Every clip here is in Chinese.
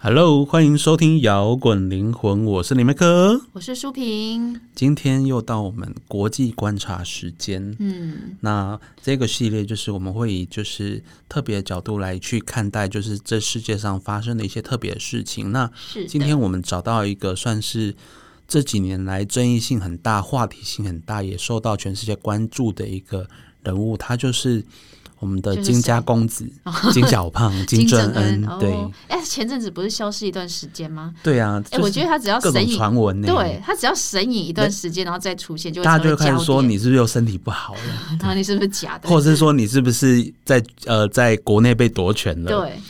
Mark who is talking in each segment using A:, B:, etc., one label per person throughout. A: Hello，欢迎收听摇滚灵魂，我是李麦克。
B: 我是舒平。
A: 今天又到我们国际观察时间，
B: 嗯，
A: 那这个系列就是我们会以就是特别的角度来去看待，就是这世界上发生的一些特别的事情。那
B: 是的
A: 今天我们找到一个算是这几年来争议性很大、话题性很大，也受到全世界关注的一个人物，他就是我们的
B: 就是哦
A: 金家
B: 谁
A: 公子、金小 胖、金正恩。
B: 哦
A: 对、
B: 哎、前阵子不是消失一段时间吗？
A: 对啊，
B: 哎、
A: 就
B: 我
A: 是
B: 觉得他只要
A: 各
B: 神
A: 种
B: 隐，
A: 传闻呢，
B: 对他只要神隐一段时间，然后再出现，就会
A: 大家就
B: 成
A: 会开
B: 为
A: 始
B: 焦
A: 说
B: 点，
A: 你是不是又身体不 好了，
B: 然后你是不是假 的？
A: 或者是说你是不是在呃在国内被夺权了？
B: 对。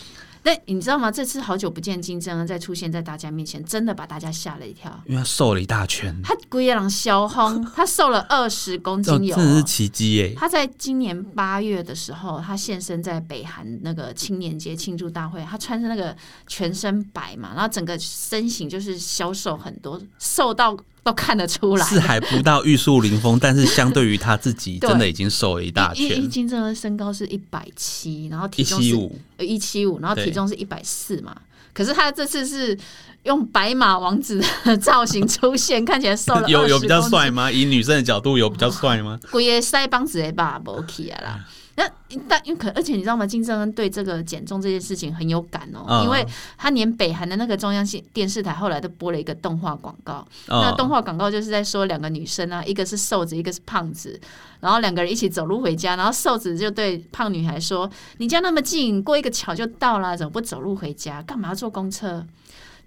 B: 但你知道吗？这次好久不见金正恩再出现在大家面前，真的把大家吓了一跳。
A: 因为他瘦了一大圈，
B: 他鬼也狼消轰，他瘦了二十公
A: 这
B: 斤有、
A: 真
B: 哦。
A: 的是奇迹耶！
B: 他在今年八月的时候，他现身在北韩那个青年节庆祝大会，他穿着那个全身白嘛，然后整个身形就是消瘦很多，瘦到都看得出来。
A: 是还不到玉树临风，但是相对于他自己，
B: 对
A: 真的已经瘦了一大
B: 因因因为
A: 圈，
B: 金正恩身高是一百七，然后
A: 一
B: 体重
A: 七
B: 是
A: 五。
B: 一七五，然后体
A: 对
B: 重是一百四嘛。可是他这次是用白马王子的 造型出现，看起来瘦了
A: 有有比较
B: 20公斤哦
A: 帅吗？以女生的角度，有比较帅吗？
B: 规个腮帮子也把无去啊啦。那但因为可，而且你知道吗？金正恩对这个减重这件事情很有感哦，
A: 嗯
B: 因为他连北韩的那个中央信电视台后来都播了一个动画广告。那动
A: 哦，
B: 画广告就是在说两个女生啊，一个是瘦子，一个是胖子，然后两个人一起走路回家，然后瘦子就对胖女孩说：“你家那么近，过一个桥就到啦，怎么不走路回家？干嘛要坐公车？”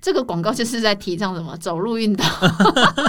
B: 这个广告就是在提倡什么走路运动，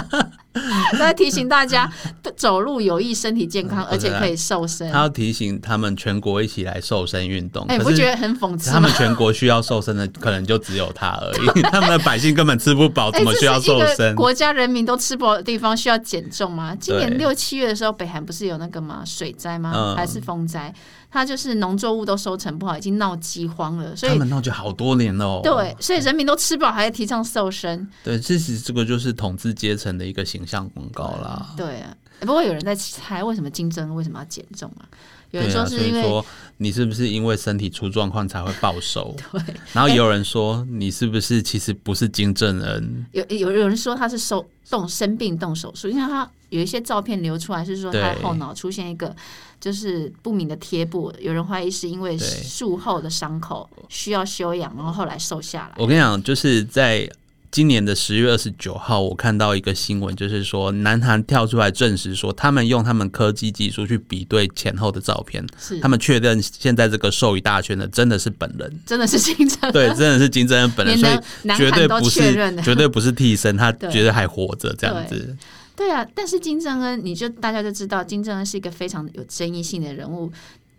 B: 在提醒大家走路有益身体健康，
A: 嗯
B: 而且可以瘦身
A: 他。要提醒他们全国一起来瘦身运动。
B: 哎，你
A: 可
B: 不
A: 是
B: 觉得很讽刺
A: 他
B: 吗
A: 们？全国需要瘦身的，可能就只有他而 已。他们的百姓根本吃不饱，哦
B: 哎，
A: 怎么
B: 这
A: 需要
B: 是一
A: 瘦
B: 个
A: 身？
B: 国家人民都吃不饱的地方需要减重吗？今年
A: 对
B: 六七月的时候，北韩不是有那个吗？水灾吗？
A: 嗯
B: 还是风灾？它就是农作物都收成不好，已经闹饥荒了，所
A: 他
B: 以。
A: 们闹剧好多年了哦。
B: 对，所以人民都吃饱，还提倡瘦身。
A: 对，其实这个就是统治阶层的一个形象广告啦。
B: 对啊，哎不过有人在猜为什么金正恩为什么要减重啊？有人
A: 对啊，
B: 说
A: 所
B: 是
A: 以
B: 因为
A: 说你是不是因为身体出状况才会暴 瘦？对。然后也有人说你是不是其实不是金正恩？
B: 有有有人说他是手动生病动手术，因为他有一些照片流出来是说他的
A: 对
B: 后脑出现一个就是不明的贴布，有人怀疑是因为
A: 对
B: 术后的伤口需要休养，然后后来瘦下来。
A: 我跟你讲，就是在今年的十月二十九号，我看到一个新闻，就是说南韩跳出来证实说，他们用他们科技技术去比对前后的照片，
B: 是
A: 他们确认现在这个瘦一大圈的真的是本人。
B: 真的是经常
A: 对，真的是金正恩本人，所
B: 连
A: 以
B: 南南
A: 绝对
B: 韩都
A: 不
B: 确
A: 是
B: 认，了。
A: 绝对不是替身，他
B: 对
A: 绝对还活着这样子。
B: 对啊，但是金正恩，你就大家就知道，金正恩是一个非常有争议性的人物，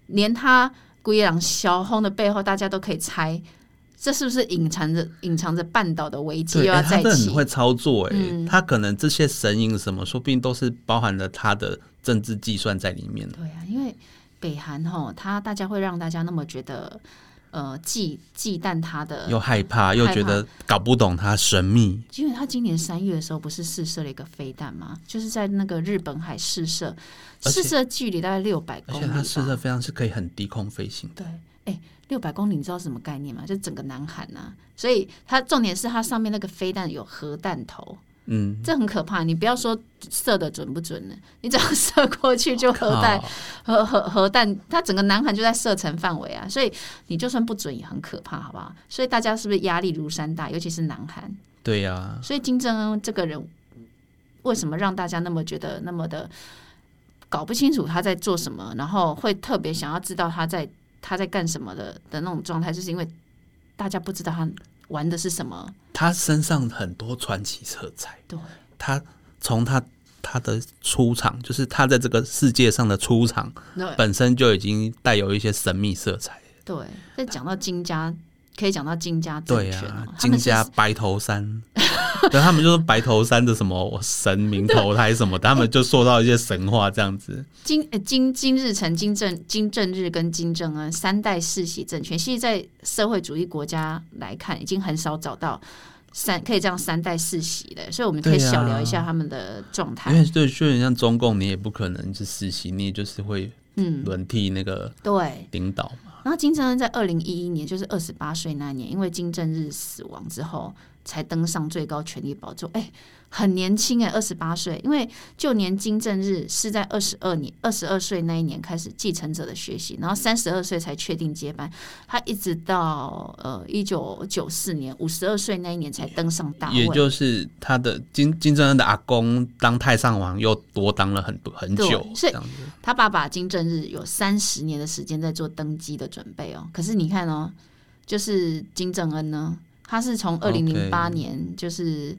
B: 连他故意让小轰的背后，大家都可以猜，这是不是隐藏着隐藏着半岛的危机又
A: 诶
B: 要
A: 哎他
B: 再
A: 真的
B: 起
A: 很？会操作哎、
B: 嗯
A: 他可能这些神隐什么，说不定都是包含了他的政治计算在里面。
B: 对啊，因为北韩吼，他大家会让大家那么觉得，呃，忌忌惮他
A: 又
B: 的，
A: 害怕，又觉得搞不懂他神秘，
B: 因为他今年三月的时候不是试射了一个飞弹吗？就是在那个日本海试射，
A: 而且
B: 试射距离大概六百
A: 而
B: 公里
A: 且
B: 吧。
A: 他试射非常是可以很低空飞行的。
B: 对，哎，六百公里你知道什么概念吗？就整个南韩呐、所以它重点是它上面那个飞弹有核弹头，
A: 嗯，
B: 这很可怕。你不要说射的准不准呢，你只要射过去就核弹
A: 靠
B: 核核核弹，它整个南韩就在射程范围啊，所以你就算不准也很可怕，好不好？所以大家是不是压力如山大，尤其是南韩？
A: 对啊呀、
B: 所以金正恩这个人为什么让大家那么觉得那么的搞不清楚他在做什么，然后会特别想要知道他在他在干什么的的那种状态，就是因为大家不知道他玩的是什么。
A: 他身上很多传奇色彩。
B: 对，
A: 他从他他的出场，就是他在这个世界上的出场，
B: 对
A: 本身就已经带有一些神秘色彩。
B: 对，再讲到金家，可以讲到金家政
A: 对
B: 权、
A: 啊
B: 哦，他
A: 金
B: 们是
A: 家白头山， 对他们就是白头山的什么神明投胎什么 的，他们就塑造一些神话这样子。
B: 金呃金金日成、金正金正日跟金正恩三代世袭政权，其实，在社会主义国家来看，已经很少找到三可以这样三代世袭的，所以我们可以
A: 对啊
B: 小聊一下他们的状态。
A: 因为对，就很像中共，你也不可能是世袭，你也就是会
B: 嗯，
A: 轮替那个
B: 对
A: 领导嘛。
B: 然后金正恩在二零一一年，就是二十八岁那一年，因为金正日死亡之后，才登上最高权力宝座。哎、很年轻哎、2二十八岁。因为就连金正日是在二十二年、二十二岁那一年开始继承者的学习，然后三十二岁才确定接班。他一直到呃一九九四年五十二岁那一年才登上大
A: 也
B: 位。
A: 就是他的金金正恩的阿公当太上皇又多当了很多很久
B: 对，
A: 这
B: 所以
A: 样子
B: 他爸爸金正日有三十年的时间在做登基的准备哦。可是你看哦，就是金正恩呢，他是从二
A: OK
B: 零零八年就是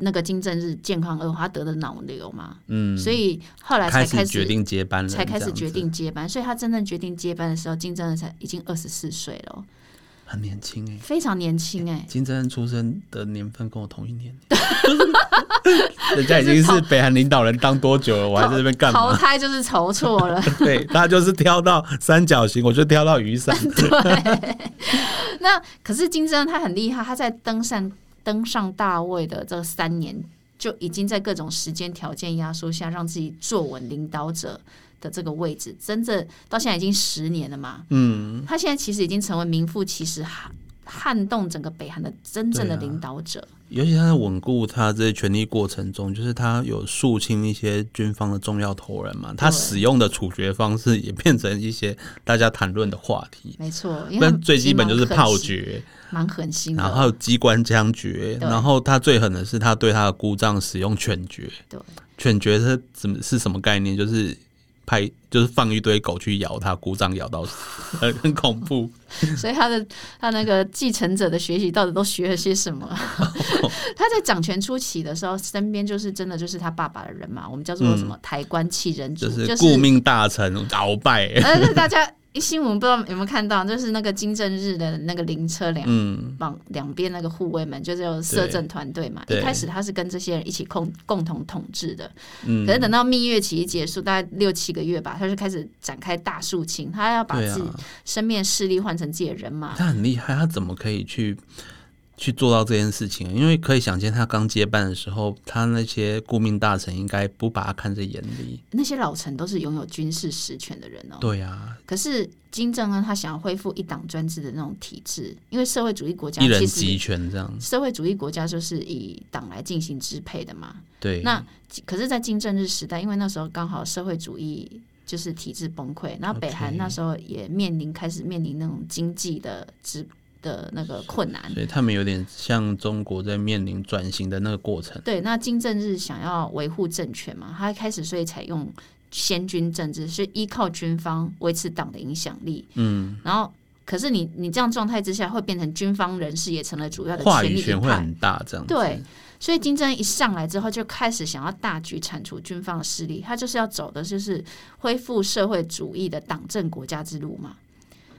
B: 那个金正日健康恶化，他得的脑瘤嘛，
A: 嗯，
B: 所以后来才
A: 开
B: 开
A: 始
B: 始
A: 决定接班了，
B: 才开
A: 这
B: 始
A: 样子
B: 决，定接班。所以他真正决定接班的时候，金正恩才已经二十四岁了哦，
A: 很年轻哎、
B: 非常年轻哎、
A: 金正恩出生的年份跟我同一 年 欸，人家已经是北韩领导人当多久了，我还在这边干
B: 淘
A: 嘛？
B: 汰就是筹措了，
A: 对他就是挑到三角形，我就挑到雨 伞。
B: 那可是金正恩他很厉害，他在登上登上大位的这三年，就已经在各种时间条件压缩下，让自己坐稳领导者的这个位置。真正到现在已经十年了嘛，
A: 嗯，
B: 他现在其实已经成为名副其实撼撼动整个北韩的真正的
A: 啊
B: 领导者。
A: 尤其他在稳固他这些权力过程中，就是他有肃清一些军方的重要头人嘛，他
B: 对
A: 使用的处决方式也变成一些大家谈论的话题。
B: 没错，因为他
A: 但最基本就是炮
B: 其实
A: 决，
B: 蛮狠心，蛮
A: 然
B: 狠心的。
A: 后机关枪决，
B: 对
A: 然后他最狠的是他对他的姑丈使用犬决。
B: 对，
A: 犬决是怎么是什么概念？就是派就是放一堆狗去咬他姑丈，咬到死，很很恐 怖。
B: 所以他的他那个继承者的学习到底都学了些什么？ 他在掌权初期的时候，身边就是真的就是他爸爸的人嘛，我们叫做什么台官弃人族，
A: 嗯就
B: 就是
A: 顾命大臣鳌拜，
B: 呃，就是大家新闻不知道有没有看到，就是那个金正日的那个灵车两
A: 嗯，
B: 往两边那个护卫们，就是有摄政团队嘛。
A: 对
B: 一开始他是跟这些人一起共共同统治的，
A: 嗯
B: 可是等到蜜月期一结束，大概六七个月吧，他就开始展开大肃清，他要把
A: 对
B: 自己
A: 啊，
B: 身边的势力换成自己的人马。
A: 他很厉害，他怎么可以去去做到这件事情？因为可以想见，他刚接班的时候，他那些顾命大臣应该不把他看在眼里。
B: 那些老臣都是拥有军事实权的人哦。
A: 对啊，
B: 可是金正恩他想要恢复一党专制的那种体制，因为社会主义国家
A: 一人
B: 其
A: 集
B: 实
A: 权这样，
B: 社会主义国家就是以党来进行支配的嘛。
A: 对，
B: 那可是，在金正日时代，因为那时候刚好社会主义就是体制崩溃，然后北
A: OK
B: 韩那时候也面临开始面临那种经济的支的那个困难。
A: 所以他们有点像中国在面临转型的那个过程。
B: 对，那金正日想要维护政权嘛，他开始所以采用先军政治，是依靠军方维持党的影响力。嗯，然后可是你你这样状态之下，会变成军方人士也成了主要的
A: 话
B: 权
A: 语
B: 力一
A: 权会
B: 派。
A: 很大，这样子
B: 对，所以金正恩一上来之后，就开始想要大举铲除军方的势力，他就是要走的就是恢复社会主义的党政国家之路嘛。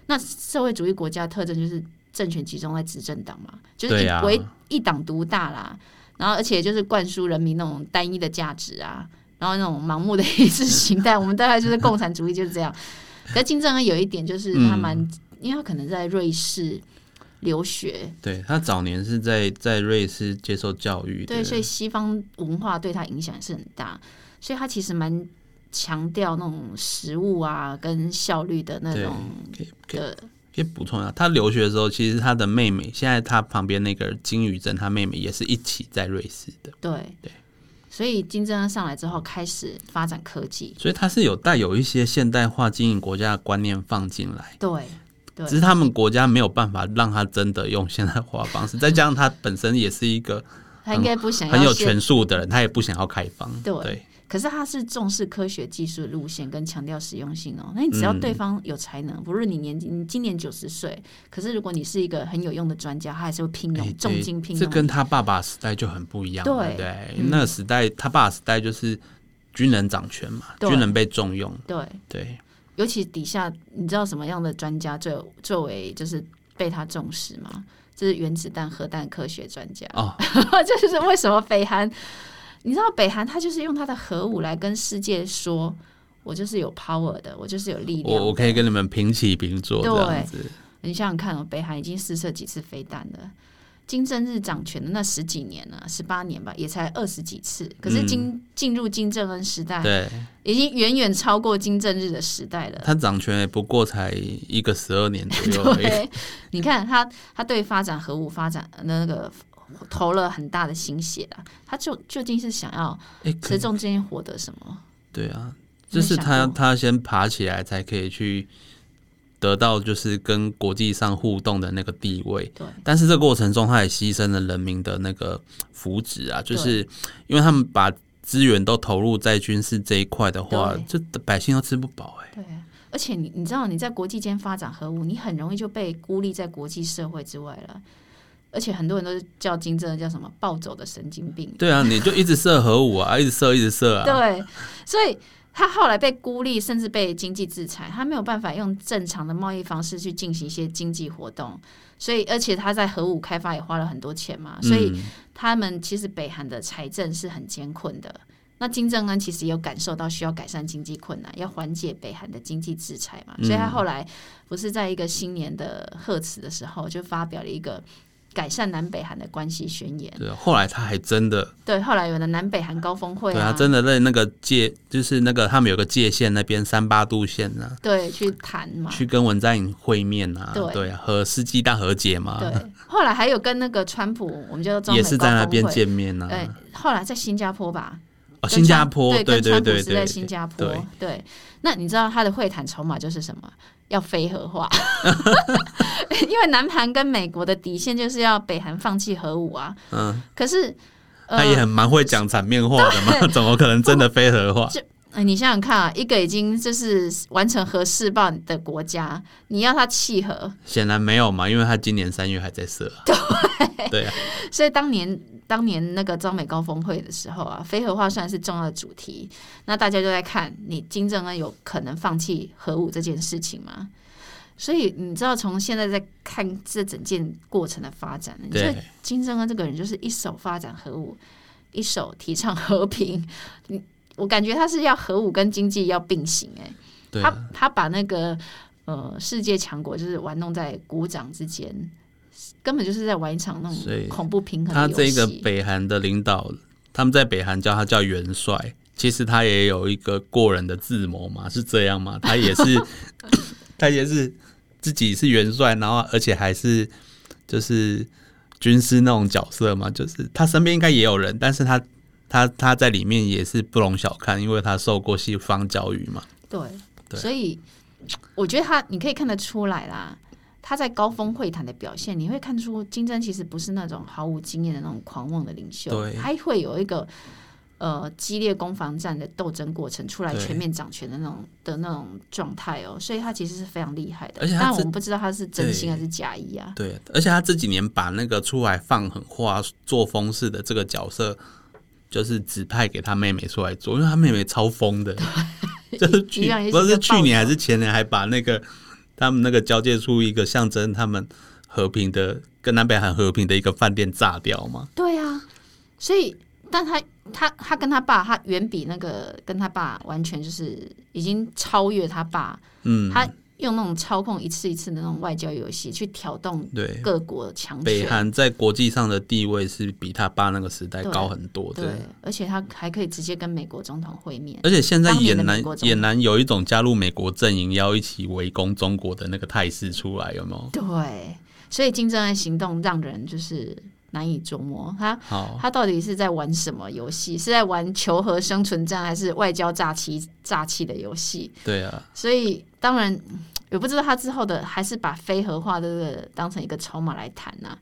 B: 那社会主义国家特征就是政权集中在执政党嘛，就是
A: 对
B: 一
A: 啊
B: 为、一党独大啦，然后而且就是灌输人民那种单一的价值啊，然后那种盲目的意识形 态，我们大概就是共产主义就是这样。可是金正恩有一点就是他蛮，
A: 嗯
B: 因为他可能在瑞士留学，
A: 对他早年是在在瑞士接受教育的，
B: 对，所以西方文化对他影响也是很大，所以他其实蛮强调那种食物啊跟效率的那
A: 对
B: 种
A: 可以可以
B: 的，
A: 可以补充一下，他留学的时候，其实他的妹妹，现在他旁边那个金宇镇，他妹妹也是一起在瑞士的，
B: 对
A: 对。
B: 所以金正恩上来之后，开始发展科技，
A: 所以他是有带有一些现代化经营国家的观念放进来，
B: 对对
A: 只是他们国家没有办法让他真的用现代化方式，再加上他本身也是一个
B: 他应该不想要
A: 很有
B: 先
A: 权术的人，他也不想要开放，
B: 对
A: 对
B: 可是他是重视科学技术的路线跟强调实用性哦。那你只要对方有才能，不论你年纪，你今年九十岁，可是如果你是一个很有用的专家，他还是会聘
A: 哎
B: 用，重金聘
A: 这
B: 用。
A: 跟他爸爸时代就很不一样了，
B: 对
A: 对不对，
B: 嗯
A: 那个时代他爸时代就是军人掌权嘛，
B: 对
A: 军人被重用，
B: 对，
A: 对，
B: 尤其底下，你知道什么样的专家最作为就是被他重视吗？就是原子弹、核弹科学专家。
A: 哦，
B: 这 就是为什么北韩，你知道北韩他就是用他的核武来跟世界说，我就是有 power 的，我就是有力量的。
A: 我我可以跟你们平起平坐
B: 对
A: 这样子，
B: 你想想看哦，北韩已经试射几次飞弹了，金正日掌权的那十几年呢、十八年吧，也才二十几次。可是金、进入金正恩时代，
A: 嗯对
B: 已经远远超过金正日的时代了。
A: 他掌权也不过才一个十二年左右而已。
B: 对， 你看他，他对发展核武发展呃那个投了很大的心血啊。他就究竟是想要
A: 哎、可
B: 从中间获得什么？
A: 对啊，就
B: 没
A: 是
B: 想
A: 他
B: 过
A: 他先爬起来，才可以去得到就是跟国际上互动的那个地位。
B: 对，
A: 但是这过程中，他也牺牲了人民的那个福祉啊，就是因为他们把资源都投入在军事这一块的话，这百姓都吃不饱哎、
B: 对啊，而且你你知道你在国际间发展核武，你很容易就被孤立在国际社会之外了。而且很多人都叫金正恩叫什么暴走的神经病，
A: 对啊，你就一直射核武啊，一 直射，一直射啊。
B: 对，所以他后来被孤立，甚至被经济制裁，他没有办法用正常的贸易方式去进行一些经济活动。所以，而且他在核武开发也花了很多钱嘛，所以
A: 嗯、
B: 他们其实北韩的财政是很艰困的。那金正恩其实有感受到需要改善经济困难，要缓解北韩的经济制裁
A: 嗯
B: 嘛，所以他后来不是在一个新年的贺词的时候就发表了一个改善南北韩的关系宣言。
A: 对，啊后来他还真的，
B: 对，后来有了南北韩高峰会
A: 对啊，真的在那个界，就是那个他们有个界限那边三八度线啊，
B: 对，去谈嘛。
A: 去跟文在寅会面啊，
B: 对
A: 对啊，和世纪大和解嘛，
B: 对，后来还有跟那个川普，我们叫做中美
A: 啊也是在那边
B: 高峰会。
A: 见面呢、
B: 哎，后来在新加坡吧，
A: 哦，
B: 跟
A: 新加
B: 川
A: 坡，对
B: 对跟川普
A: 对
B: 是
A: 对，
B: 在新加坡
A: 对，
B: 对。那你知道他的会谈筹码就是什么？要非核化， 因为南韩跟美国的底线就是要北韩放弃核武啊。
A: 嗯，
B: 可是，呃
A: 他，也很蛮会讲场面话的嘛， 怎么可能真的非 核化？
B: 呃你想想看啊，一个已经就是完成核试爆的国家，你要他弃核，
A: 显然没有嘛，因为他今年三月还在射、 啊，对对啊，
B: 所以当年当年那个中美高峰会的时候啊，非核化算是重要的主题，那大家就在看你金正恩有可能放弃核武这件事情吗？所以你知道，从现在在看这整件过程的发展，你觉得
A: 对
B: 金正恩这个人就是一手发展核武，一手提倡和平，你我感觉他是要核武跟经济要并行、欸，
A: 对啊
B: 他他把那个呃世界强国就是玩弄在鼓掌之间，根本就是在玩一场那
A: 所以
B: 种恐怖平衡
A: 他
B: 的
A: 这
B: 游
A: 个
B: 戏。
A: 北韩的领导，他们在北韩叫他叫元帅，其实他也有一个过人的智谋嘛，是这样嘛？他也 是，他也是自己是元帅，然后而且还是就是军师那种角色嘛，就是他身边应该也有人，但是他。他他在里面也是不容小看，因为他受过西方教育嘛。
B: 对，
A: 对
B: 所以我觉得他你可以看得出来啦。他在高峰会谈的表现，你会看出金正其实不是那种毫无经验的那种狂妄的领袖
A: 对，
B: 他会有一个呃激烈攻防战的斗争过程出来，
A: 对
B: 全面掌权的那种的那种状态哦，所以他其实是非常厉害的
A: 而且。他
B: 但
A: 这
B: 我们不知道他是真心
A: 对
B: 还是假意啊。
A: 对，而且他这几年把那个出来放狠话、做疯事的这个角色，就是指派给他妹妹出来做，因为他妹妹超疯的，就是
B: 一
A: 去
B: 样也是
A: 不
B: 一
A: 是
B: 个
A: 去年
B: 暴
A: 还是前年还把那个他们那个交界处一个象征他们和平的跟南北韩和平的一个饭店炸掉嘛，
B: 对啊，所以，但他他他跟他爸，他远比那个跟他爸完全就是已经超越他爸，
A: 嗯，
B: 他用那种操控一次一次的那种外交游戏去挑动
A: 对。
B: 各国强
A: 北
B: 权。
A: 韩在国际上的地位是比他爸那个时代
B: 对
A: 高很多的
B: 对，，而且他还可以直接跟美国总统会面。
A: 而且现在
B: 当
A: 也
B: 年的美
A: 难
B: 国总
A: 也
B: 统
A: 难有一种加入美国阵营要一起围攻中国的那个态势出来，有没有？
B: 对，所以金正恩行动让人就是难以琢磨，他
A: 好，
B: 他到底是在玩什么游戏？是在玩求和生存战，还是外交诈欺诈欺的游戏？
A: 对啊，
B: 所以当然，嗯我不知道他之后的还是把非核化这个当成一个筹码来谈呐、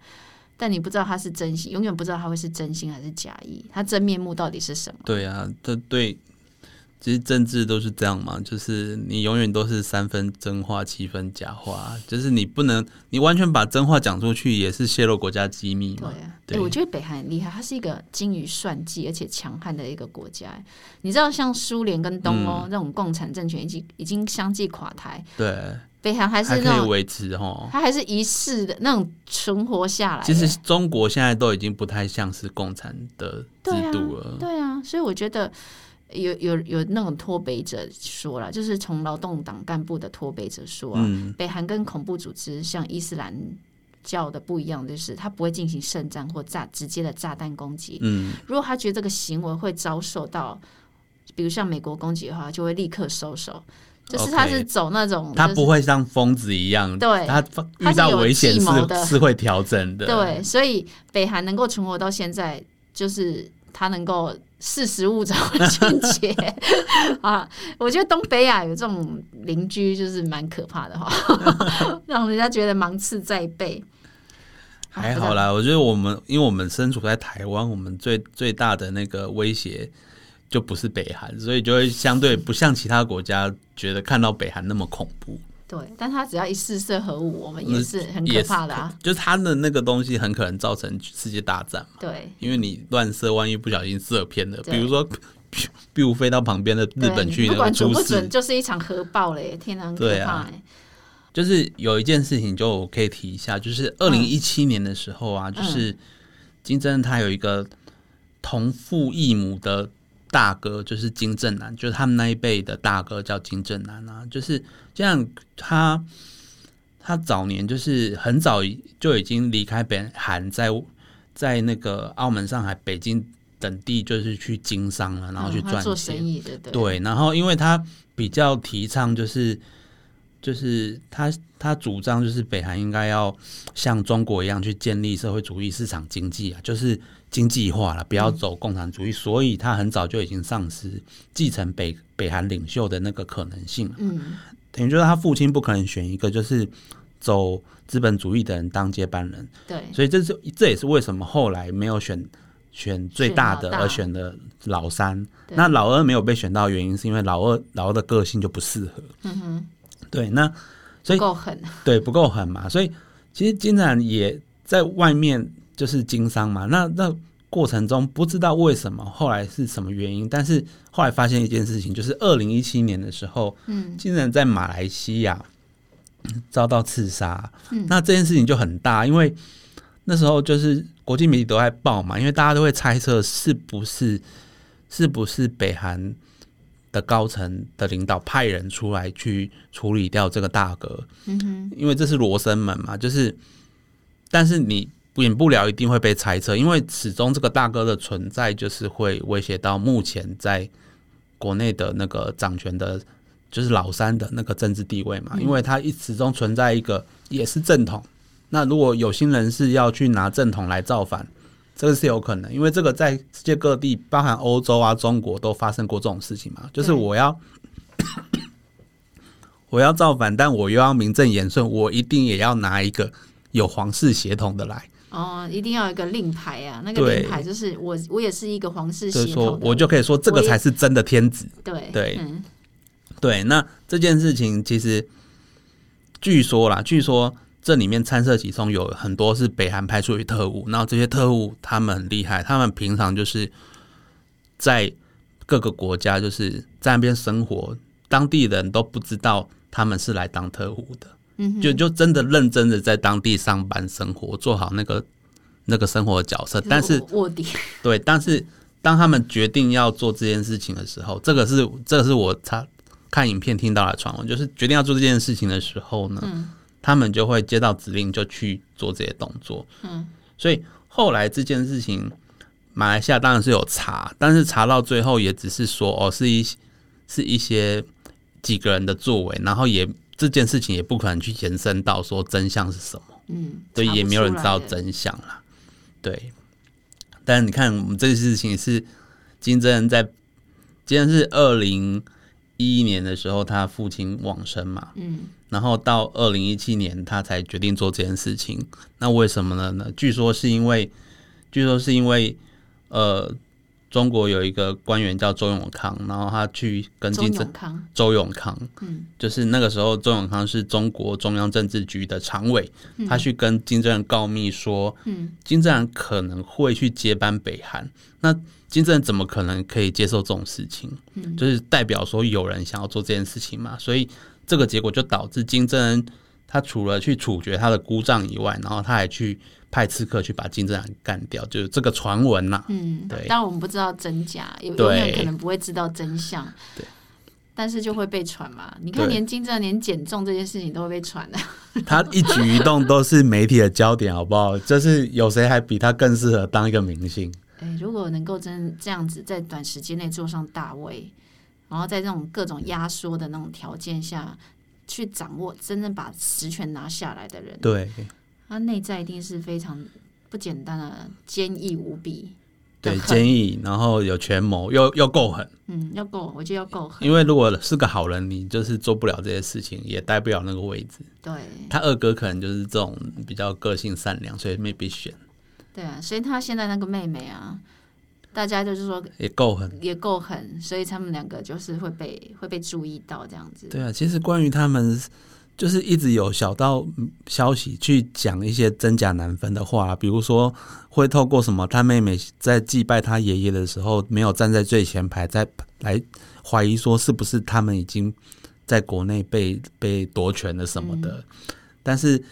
B: 但你不知道他是真心，永远不知道他会是真心还是假意，他真面目到底是什么？
A: 对啊，这对，其实政治都是这样嘛，就是你永远都是三分真话，七分假话，就是你不能，你完全把真话讲出去，也是泄露国家机密
B: 对
A: 嘛。
B: 啊，
A: 嗯对
B: 诶我觉得北韩很厉害，它是一个精于算计而且强悍的一个国家。你知道，像苏联跟东欧、
A: 嗯
B: 那种共产政权已经已经相继垮台，
A: 对，
B: 北韩还
A: 还
B: 是那
A: 可以
B: 种
A: 维持哦。
B: 它还是一世的那种存活下来。
A: 其实中国现在都已经不太像是共产的制
B: 对啊
A: 度了，
B: 对啊，所以我觉得有有有那种脱北者说了，就是从劳动党干部的脱北者说啊，
A: 嗯，
B: 北韩跟恐怖组织像伊斯兰教的不一样，就是他不会进行圣战或炸直接的炸弹攻击。
A: 嗯，
B: 如果他觉得这个行为会遭受到，比如像美国攻击的话，就会立刻收手。就是他
A: OK
B: 是走那种，
A: 他
B: 就是
A: 不会像疯子一样，
B: 对
A: 他
B: 他
A: 遇
B: 是
A: 到
B: 有
A: 危险
B: 计谋的
A: 是是会调整的，
B: 对，所以北韩能够存活到现在，就是它能够识时务者为俊杰 啊！我觉得东北亚有这种邻居就是蛮可怕的哈， 让人家觉得芒刺在背。
A: 还好啦，我觉得我们因为我们身处在台湾，我们最最大的那个威胁就不是北韩，所以就会相对不像其他国家觉得看到北韩那么恐怖，
B: 对，但他只要一试射核武，我们也是很可
A: 嗯也是
B: 怕的啊。
A: 就是它的那个东西很可能造成世界大战嘛，
B: 对，
A: 因为你乱射，万一不小心射偏了，
B: 对
A: 比如说 比如飞到旁边的日
B: 对
A: 本
B: 你
A: 去，
B: 不
A: 那个
B: 管准
A: 出
B: 不
A: 事
B: 准，，就是一场核爆嘞！天哪，很可
A: 对
B: 怕
A: 啊
B: 欸。
A: 就是有一件事情，就我可以提一下，就是二零一七年的时候
B: 嗯
A: 啊，就是金正恩他有一个同父异母的大哥，就是金正男，就是他们那一辈的大哥叫金正男啊，就是这样他。他早年就是很早就已经离开北韩，在在那个澳门、上海、北京等地，就是去经商了，然后去
B: 嗯他
A: 赚
B: 做
A: 钱。
B: 生意的，对
A: 对，然后因为他比较提倡就是就是他他主张就是北韩应该要像中国一样去建立社会主义市场经济啊，就是经济化了，不要走共产主义，所以他很早就已经丧失继承北北韩领袖的那个可能性了。
B: 嗯，
A: 等于就是他父亲不可能选一个就是走资本主义的人当接班人，
B: 对，
A: 所以这是这也是为什么后来没有选选最大的，
B: 选老大
A: 而选了老三。
B: 对
A: 那老二没有被选到，原因是因为老二老二的个性就不适合。
B: 嗯哼，
A: 对，那所
B: 不
A: 以
B: 够狠，
A: 对不够狠嘛，所以其实金然也在外面就是经商嘛。那那过程中不知道为什么后来是什么原因，但是后来发现一件事情，就是二零一七年的时候，
B: 嗯
A: 竟然在马来西亚遭到刺杀，
B: 嗯
A: 那这件事情就很大，因为那时候就是国际媒体都在报嘛，因为大家都会猜测是不是是不是北韩的高层的领导派人出来去处理掉这个大哥，
B: 嗯哼，
A: 因为这是罗生门嘛，就是，但是你免不了一定会被猜测，因为始终这个大哥的存在就是会威胁到目前在国内的那个掌权的，就是老三的那个政治地位嘛，
B: 嗯
A: 因为他一始终存在一个也是正统。那如果有心人士要去拿正统来造反，这个是有可能，因为这个在世界各地，包含欧洲啊、中国都发生过这种事情嘛。就是
B: 对
A: 我要我要造反，但我又要名正言顺，我一定也要拿一个有皇室血统的来，
B: 哦，一定要有一个令牌啊！那个
A: 对
B: 令牌就是我，我也是一个皇室
A: 就
B: 血
A: 是说
B: 统的，
A: 我就可以说这
B: 我
A: 个
B: 也
A: 才是真的天子。
B: 对
A: 对
B: 嗯
A: 对，那这件事情其实据说啦，据说这里面参涉其中有很多是北韩派出去特务，然后这些特务他们很厉害，他们平常就是在各个国家就是在那边生活，当地人都不知道他们是来当特务的，
B: 嗯哼，
A: 就就真的认真的在当地上班生活，做好那个那个生活的角色，但是
B: 我卧底，
A: 对，但是当他们决定要做这件事情的时候，这个是这个是我查看影片听到的传闻，就是决定要做这件事情的时候呢，
B: 嗯
A: 他们就会接到指令就去做这些动作。
B: 嗯，
A: 所以后来这件事情，马来西亚当然是有查，但是查到最后也只是说哦，是一是一些几个人的作为，然后也这件事情也不可能去延伸到说真相是什么。
B: 嗯，
A: 对，
B: 查不
A: 也没有人
B: 出
A: 知
B: 来
A: 道
B: 的，
A: 真相啦。对，但你看，我们这个事情是金正恩在，今天是二零一一年的时候，他父亲往生嘛，
B: 嗯
A: 然后到二零一七年他才决定做这件事情。那为什么呢？呢？据说是因为，据说是因为，呃，中国有一个官员叫周永康，然后他去跟
B: 周
A: 金正
B: 永康，
A: 周永康，
B: 嗯
A: 就是那个时候，周永康是中国中央政治局的常委，他去跟金正恩告密说，
B: 嗯
A: 金正恩可能会去接班北韩。那金正恩怎么可能可以接受这种事情？
B: 嗯，
A: 就是代表说有人想要做这件事情嘛，所以这个结果就导致金正恩他除了去处决他的姑丈以外，然后他还去派刺客去把金正恩干掉，就是这个传闻呐。
B: 嗯，
A: 对
B: 当然我们不知道真假，有
A: 对
B: 永远可能不会知道真相。但是就会被传嘛。你看，
A: 对
B: 连金正连减重这件事情都会被传的、
A: 他一举一动都是媒体的焦点，好不好？就是有谁还比他更适合当一个明星？
B: 哎，如果能够真这样子在短时间内坐上大位，然后在这种各种压缩的那种条件下去掌握，真正把实权拿下来的人，
A: 对，
B: 他内在一定是非常不简单的，坚毅无比。
A: 对，
B: 狠
A: 坚毅，然后有权谋，又又够狠。
B: 嗯，要够，我觉得要够狠。
A: 因为如果是个好人，你就是做不了这些事情，也待不了那个位置。
B: 对，
A: 他二哥可能就是这种比较个性善良，所以没被选，
B: 对啊，所以他现在那个妹妹啊，大家就是说
A: 也够狠。
B: 也够狠，所以他们两个就是会被会被注意到这样子。
A: 对啊，其实关于他们，就是一直有小道嗯消息去讲一些真假难分的话，比如说会透过什么，他妹妹在祭拜他爷爷的时候，没有站在最前排，在来怀疑说是不是他们已经在国内被被夺权了什么的。但是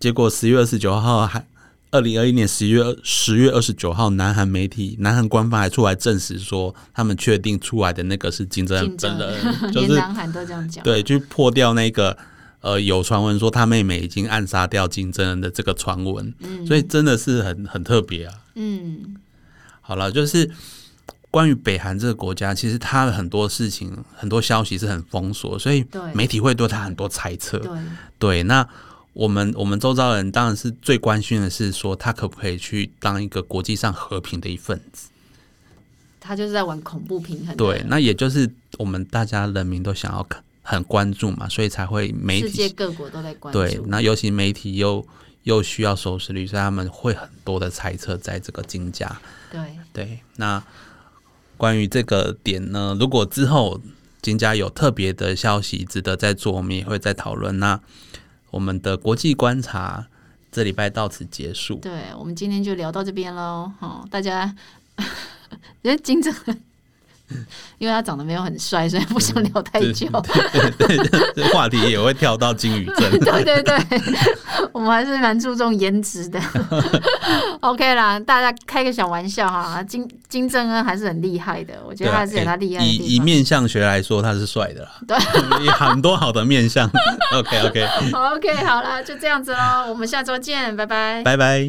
A: 结果十月二十九号还。二零二一年十月十月二十九号，南韩媒体、南韩官方还出来证实说，他们确定出来的那个是金正恩
B: 竞争
A: 本人，就
B: 连
A: 是
B: 南韩都这样讲。
A: 对，去破掉那个呃，有传闻说他妹妹已经暗杀掉金正恩的这个传闻，
B: 嗯
A: 所以真的是很很特别啊。
B: 嗯，
A: 好了，就是关于北韩这个国家，其实它很多事情、很多消息是很封锁，所以
B: 对
A: 媒体会对它很多猜测。
B: 对，
A: 对，那我们我们周遭人当然是最关心的是说，他可不可以去当一个国际上和平的一份子？
B: 他就是在玩恐怖平衡。
A: 对，，那也就是我们大家人民都想要看。很关注嘛，所以才会媒
B: 世
A: 体
B: 界各国都在关注。
A: 对，那尤其媒体又又需要收视率，所以他们会很多的猜测在这个金价。
B: 对
A: 对，那关于这个点呢，如果之后金家有特别的消息值得再做，我们也会再讨论。那我们的国际观察这礼拜到此结束。
B: 对，我们今天就聊到这边喽。好，大家 觉得金正恩，因为他长得没有很帅，所以不想聊太久。。
A: 这话题也会跳到金宇镇
B: 对对对，我们还是蛮注重颜值的。OK 啦，大家开个小玩笑哈。金金正恩还是很厉害的， 我觉
A: 对
B: 得
A: 啊
B: 他是有他厉害
A: 以
B: 的
A: 以
B: 地
A: 以
B: 方。
A: 面相学来说，他是帅的啦， 对，很多好的面相。OK OK，
B: OK，好啦，就这样子喽，我们下周见，拜拜。
A: 拜拜。